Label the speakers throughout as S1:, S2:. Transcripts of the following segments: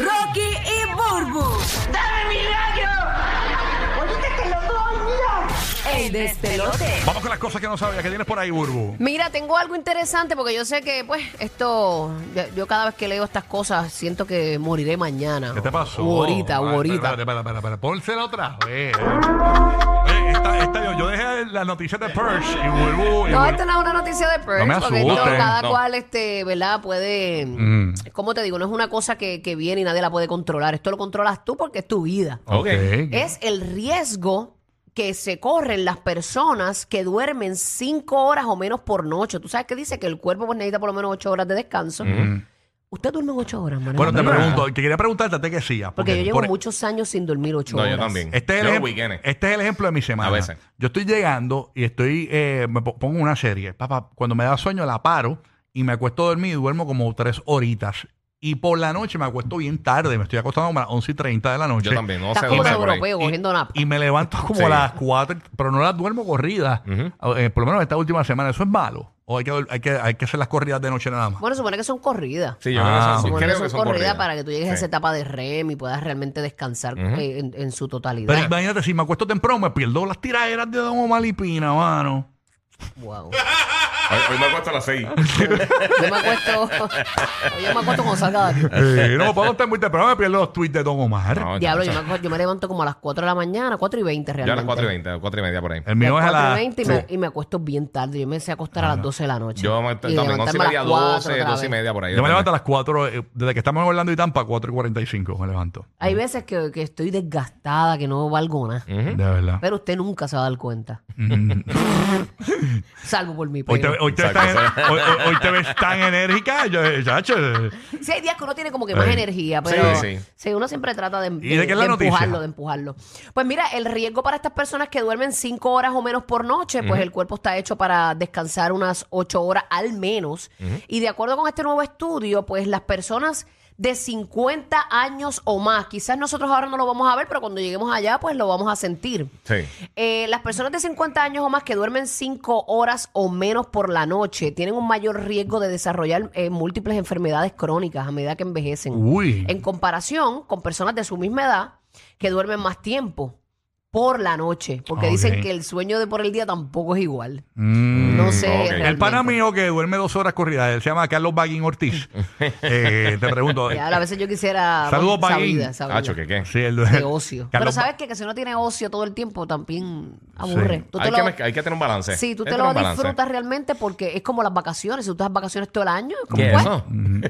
S1: Rocky y Burbu. ¡Dame mi rayo! ¡Ahorita te lo doy, mira! El despelote.
S2: Vamos con las cosas que no sabía que tienes por ahí, Burbu.
S3: Mira, tengo algo interesante porque yo sé que, pues, esto. Yo, yo cada vez que leo estas cosas siento que moriré mañana.
S2: ¿Qué te pasó?
S3: U ahorita,
S2: Ah,
S3: u
S2: espera,
S3: ahorita.
S2: Espera, espera, espera, espera. Pónsela otra vez. Oye, esta- esta yo, yo dejé las noticias de Purge y Burbu. y
S3: No,
S2: Burbu-
S3: esta no es una noticia de Perks,
S2: No me
S3: porque esto
S2: asusten,
S3: cada
S2: no. Mm.
S3: cual, este, ¿verdad? Puede, ¿cómo te digo? No es una cosa que, que viene y nadie la puede controlar. Esto lo controlas tú porque es tu vida.
S2: Ok.
S3: Es el riesgo que se corren las personas que duermen cinco horas o menos por noche. Tú sabes que dice que el cuerpo pues, necesita por lo menos ocho horas de descanso. Usted duerme ocho horas, Manuel?
S2: Mm. Bueno, te
S3: No.
S2: pregunto, te quería preguntarte antes que sigas.
S3: Porque yo llevo
S2: por-
S3: muchos años sin dormir ocho
S4: e- No,
S3: horas.
S4: yo también.
S2: Este es,
S4: Yo
S2: el
S4: los
S2: ejem-
S4: weekendes.
S2: este es el ejemplo de mi semana.
S4: A veces.
S2: Yo estoy llegando y estoy eh, me po- pongo una serie. Papá, cuando me da sueño la paro y me acuesto a dormir y duermo como tres horitas. Y por la noche me acuesto bien tarde. Me estoy acostando como a las 11 y 30 de la noche.
S4: Yo también, no
S3: Estás
S4: sé
S3: como
S4: dónde
S3: de
S4: por ahí.
S3: europeo cogiendo nap.
S2: Y me levanto como
S4: Sí.
S2: a las 4, pero no las duermo corridas. Eh, por lo menos esta última semana. Eso es malo. O hay que, dor- hay que, hay que hacer las corridas de noche nada más.
S3: Bueno, supone que son corridas.
S4: Sí, yo
S2: Ah,
S4: creo que son,
S3: Supone
S4: creo
S3: que son
S4: que son
S3: corridas
S4: corridas.
S3: para que tú llegues a
S4: Sí.
S3: esa etapa de REM y puedas realmente descansar eh, en, en su totalidad.
S2: pero imagínate, si me acuesto temprano, me pierdo las tiraderas de Don Omar y Pina, mano.
S3: Wow.
S4: Hoy, hoy me acuesto a las 6.
S3: Yo me acuesto, yo me acuesto cuando salga de aquí.
S2: Eh, no, puedo estar muy temprano, me pierdo los tweets de Don Omar.
S3: Diablo, yo me, acu- yo me levanto como a las 4 de la mañana, 4 y 20 realmente.
S4: Yo a las 4 y 20, 4 y media por ahí.
S2: El mío es a
S3: Cuatro y
S2: la.
S3: 20 y, me, y me acuesto bien tarde. Yo me empecé a acostar a las 12 de la noche.
S4: Yo me,
S3: Y
S4: también,
S3: levantarme
S4: 11 y
S3: a las cuatro
S4: media, 12,
S3: otra
S4: 12 y
S3: vez.
S4: media por ahí.
S2: Yo me levanto a
S4: depende.
S2: las 4, desde que estamos en Orlando y Tampa, 4 y 45 me levanto.
S3: Hay veces que, que estoy desgastada, que no valgo nada.
S2: De verdad.
S3: Pero usted nunca se va a dar cuenta. Salvo por mi
S2: Mm. Hoy te,
S3: pelo.
S2: hoy te
S4: Exacto,
S2: ves tan- hoy- hoy- hoy te ves tan enérgica, yo- eh, chacho.
S3: Sí, hay días que uno tiene como que más
S2: Sí.
S3: energía, pero
S4: Sí,
S3: sí,
S4: sí.
S3: uno siempre trata de,
S2: ¿Y de qué es la noticia?
S3: empujarlo, de empujarlo. Pues mira, el riesgo para estas personas que duermen cinco horas o menos por noche, pues el cuerpo está hecho para descansar unas ocho horas al menos. Y de acuerdo con este nuevo estudio, pues las personas de 50 años o más, quizás nosotros ahora no lo vamos a ver, pero cuando lleguemos allá, pues lo vamos a sentir.
S4: Sí.
S3: Eh, las personas de 50 años o más que duermen 5 horas o menos por la noche tienen un mayor riesgo de desarrollar eh, múltiples enfermedades crónicas a medida que envejecen.
S2: Uy.
S3: En comparación con personas de su misma edad que duermen más tiempo por la noche, porque
S2: Ok.
S3: dicen que el sueño de por el día tampoco es igual.
S2: Mm.
S3: No sé.
S4: ok. El
S2: El
S3: realmente.
S2: pana mío que duerme dos horas corridas, él se llama Carlos Baguín Ortiz. Eh, te pregunto.
S3: Ya, a veces yo quisiera
S2: Saludos,
S3: esa
S2: Paín.
S3: vida, esa vida
S4: Acho, ¿qué qué?
S2: Sí, él-
S3: de ocio. Pero
S2: Carlos Ba-
S3: sabes qué? que si uno tiene ocio todo el tiempo también aburre.
S2: Sí.
S3: Tú te
S4: Hay,
S3: lo-
S4: que, mezc- hay que tener un balance.
S3: Sí, tú
S4: Hay
S3: te
S4: que
S3: lo
S4: tener un balance.
S3: disfrutas realmente porque es como las vacaciones. Si tú estás vacaciones todo el año, es como,
S4: ¿Qué es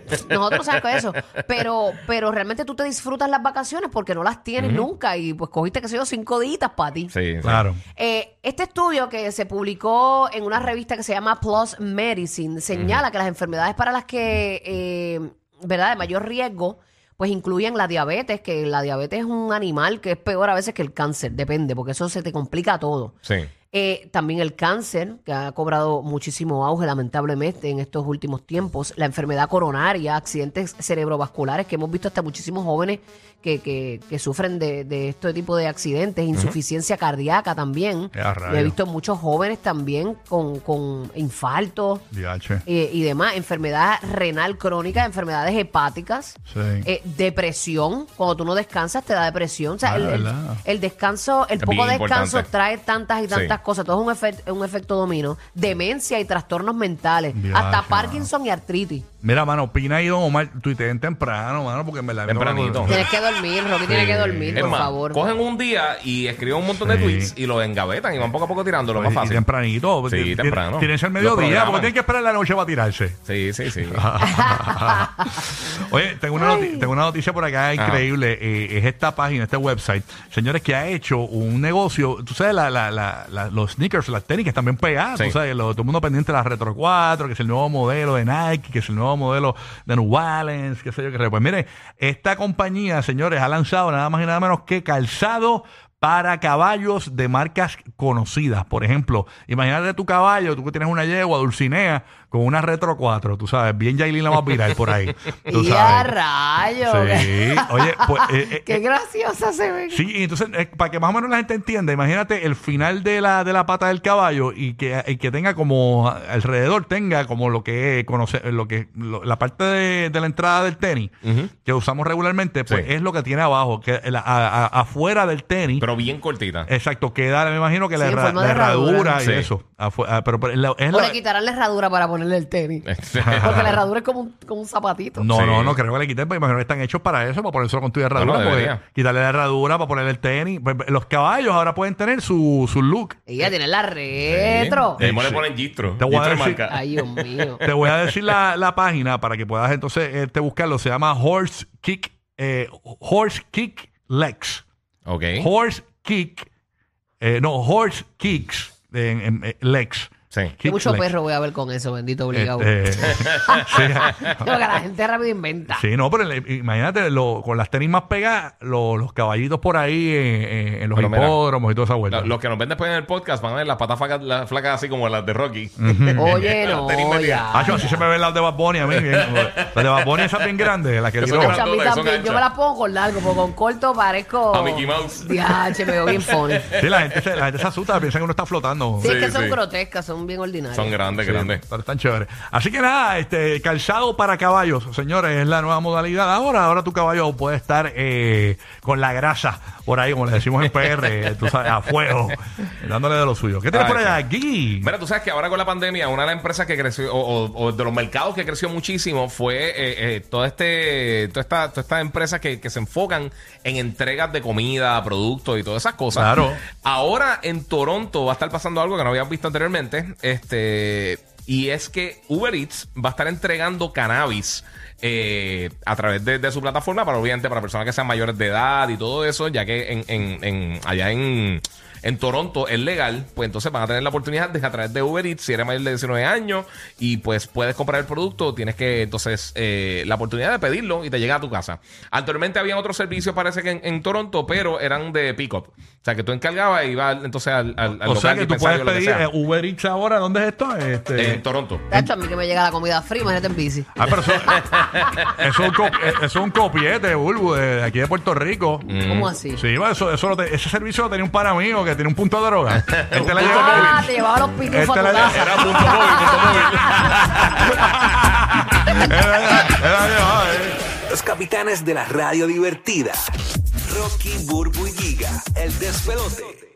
S3: pues,
S4: eso?
S3: nosotros sabemos que eso. Pero, pero realmente tú te disfrutas las vacaciones porque no las tienes nunca y pues cogiste, qué sé yo, cinco días para ti.
S4: Sí, sí.
S2: Claro.
S3: Eh, este estudio que se publicó en una revista que se llama Plus Medicine señala que las enfermedades para las que, eh, ¿verdad?, de mayor riesgo, pues incluyen la diabetes, que la diabetes es un animal que es peor a veces que el cáncer, depende, porque eso se te complica todo.
S4: Sí.
S3: Eh, también el cáncer, que ha cobrado muchísimo auge, lamentablemente, en estos últimos tiempos. La enfermedad coronaria, accidentes cerebrovasculares, que hemos visto hasta muchísimos jóvenes que, que- que sufren de, de este tipo de accidentes. Insuficiencia cardíaca también.
S2: Ya,
S3: Yo he
S2: rayos.
S3: visto muchos jóvenes también con, con infartos
S2: Diache.
S3: eh, y demás. Enfermedad renal crónica, enfermedades hepáticas.
S2: Sí.
S3: Eh, depresión, cuando tú no descansas te da depresión. O sea,
S2: Ah,
S3: el, el-
S2: ¿verdad?
S3: el descanso, el
S4: Es
S3: poco
S4: bien
S3: descanso
S4: importante.
S3: trae tantas y tantas
S4: Sí.
S3: cosas. Todo es un, efe- un efecto dominó. Demencia y trastornos mentales.
S2: Diache,
S3: hasta
S2: mano.
S3: Parkinson y artritis.
S2: Mira, mano, Pina y Don Omar tuiteen temprano, mano, porque me la
S4: Tempranito.
S3: Tienes que dormir, Rocky tiene que dormir,
S4: Es
S3: por
S4: más,
S3: favor.
S4: cogen un día y escriben un montón de
S2: Sí.
S4: tweets y los engavetan y van poco a poco tirando, lo
S2: Pues,
S4: más
S2: y
S4: fácil.
S2: Tempranito.
S4: Sí,
S2: Tien-
S4: temprano.
S2: Tienen que ser
S4: Lo
S2: mediodía,
S4: programan.
S2: porque tienen que esperar la noche para tirarse.
S4: Sí, sí, sí.
S2: Oye, tengo una, noti- tengo una noticia por acá increíble. Eh, es esta página, este website. Señores, que ha hecho un negocio. Tú sabes, la, la, la- la- los sneakers, las tenis que están bien pegadas.
S4: Sí.
S2: Tú sabes, lo- todo el mundo pendiente de las Retro 4, que es el nuevo modelo de Nike, que es el nuevo nuevo modelo de New Balance, qué sé yo qué sé. Pues mire, esta compañía, señores, ha lanzado nada más y nada menos que calzado para caballos de marcas conocidas. Por ejemplo, imagínate tu caballo, tú que tienes una yegua, Dulcinea, con una Retro 4, tú sabes, bien Yailin la va a virar por ahí. tú
S3: Y a
S2: sabes.
S3: rayos.
S2: Sí, oye, pues, eh, eh,
S3: Qué graciosa se ve.
S2: Sí, y entonces, eh, para que más o menos la gente entienda, imagínate el final de la, de la pata del caballo y que, y que tenga como alrededor, tenga como lo que conoce, lo que lo- la parte de, de la entrada del tenis que usamos regularmente, pues
S4: Sí.
S2: es lo que tiene abajo, que la- a- a- afuera del tenis.
S4: Pero bien cortita.
S2: Exacto, queda, me imagino que la,
S3: Sí, en
S2: herra-
S3: forma
S2: la
S3: de herradura.
S2: herradura y
S4: Sí.
S2: eso. afu- ah, pero, pero la- es
S3: O
S2: la-
S3: le quitarán la herradura para ponerle el tenis. Porque la herradura es como un, como un zapatito.
S2: No,
S4: Sí.
S2: no, no creo que le quiten, porque imagino que están hechos para eso, para ponérselo con tu herradura,
S4: Bueno,
S2: porque
S4: debería.
S2: quitarle la herradura para poner el tenis. Pues, Los caballos ahora pueden tener su, su look.
S3: Ella tiene la retro.
S4: Sí. Además le ponen gistro.
S2: Te voy a
S4: Gistro de
S2: decir-
S4: marca.
S3: Ay, Dios mío.
S2: Te voy a decir la, la página para que puedas entonces este, buscarlo. Se llama Horse Kick, eh, Horse Kick Legs.
S4: Ok.
S2: Horse Kick, eh, no, Horse Kicks eh, en- en- Legs.
S4: Sí.
S3: Qué
S2: Kick
S3: mucho
S2: Legs.
S3: perro voy a ver con eso, bendito obligado.
S2: Este, sí,
S3: Lo que la gente rápido inventa.
S2: sí, no, pero le- imagínate lo- con las tenis más pegadas, lo- los caballitos por ahí en, en- en los
S4: Pero mira,
S2: hipódromos y toda esa vuelta.
S4: Lo- Los que nos ven después en el podcast van a ver las patas flacas, las flacas así como las de Rocky.
S3: Oye,
S4: Las
S3: no,
S4: tenis medias.
S2: Ah, yo, así se me ven las de Bad Bunny a mí. bien. Las de Bad Bunny esas bien grandes, las que
S4: Que
S2: él
S4: son
S2: tiró.
S4: grandes.
S3: Hacho, a mí
S4: Son
S3: también. Yo
S4: anchas.
S3: me la pongo con largo, porque con corto parezco.
S4: A Mickey Mouse.
S3: Diache, me veo bien funny.
S2: Sí, la gente, se, la gente se asusta, piensa que uno está flotando.
S3: Sí, es
S4: Sí,
S3: que son
S4: sí.
S3: grotescas, son bien ordinarias.
S4: Son grandes,
S2: Sí,
S4: grandes.
S2: Pero están chéveres. Así que nada, este calzado para caballos, señores, es la nueva modalidad. Ahora, ahora tu caballo puede estar eh, con la grasa por ahí, como le decimos en PR, eh, tú sabes, a fuego, dándole de lo suyo. ¿Qué tienes
S4: Ay,
S2: por allá
S4: sí.
S2: aquí?
S4: Mira, tú sabes que ahora con la pandemia, una de las empresas que creció, o, o- o de los mercados que creció muchísimo, fue eh, eh, todo este, todas estas todas estas empresas que, que se enfocan en entregas de comida, productos y todas esas cosas.
S2: Claro.
S4: Ahora en Toronto va a estar pasando algo que no habían visto anteriormente. Este. Y es que Uber Eats va a estar entregando cannabis eh, a través de, de su plataforma, para obviamente para personas que sean mayores de edad y todo eso, ya que en, en- en- allá en, en Toronto es legal, pues entonces van a tener la oportunidad de a través de Uber Eats, si eres mayor de 19 años y pues puedes comprar el producto, tienes que entonces eh, la oportunidad de pedirlo y te llega a tu casa. Anteriormente había otros servicios, parece que en, en Toronto, pero eran de pick-up. O sea, que tú encargabas y ibas entonces al, al, al
S2: o sea
S4: local,
S2: que tú puedes
S4: dispensario, lo que
S2: pedir
S4: sea.
S2: eh, Uber Eats ahora, ¿dónde es esto? Este,
S4: en Toronto.
S3: Tacho, a mí que me llega la comida fría, imagínate en bici.
S2: Ah, pero eso, eso es un copi- eso es un copiete, Bulbo, de, de aquí de Puerto Rico.
S4: Mm.
S3: ¿Cómo así?
S2: Sí, bueno, eso, eso lo te- ese servicio lo tenía un par amigo que tiene un punto de droga. Él te la lleva
S3: Ah,
S2: móvil.
S3: te llevaba los picos
S2: Este
S3: a
S2: la-
S3: tu casa.
S4: Era punto móvil, punto móvil.
S2: Él la- él la llevaba, eh.
S5: Los capitanes de la radio divertida. Rocky, Burbu y Giga, el despelote.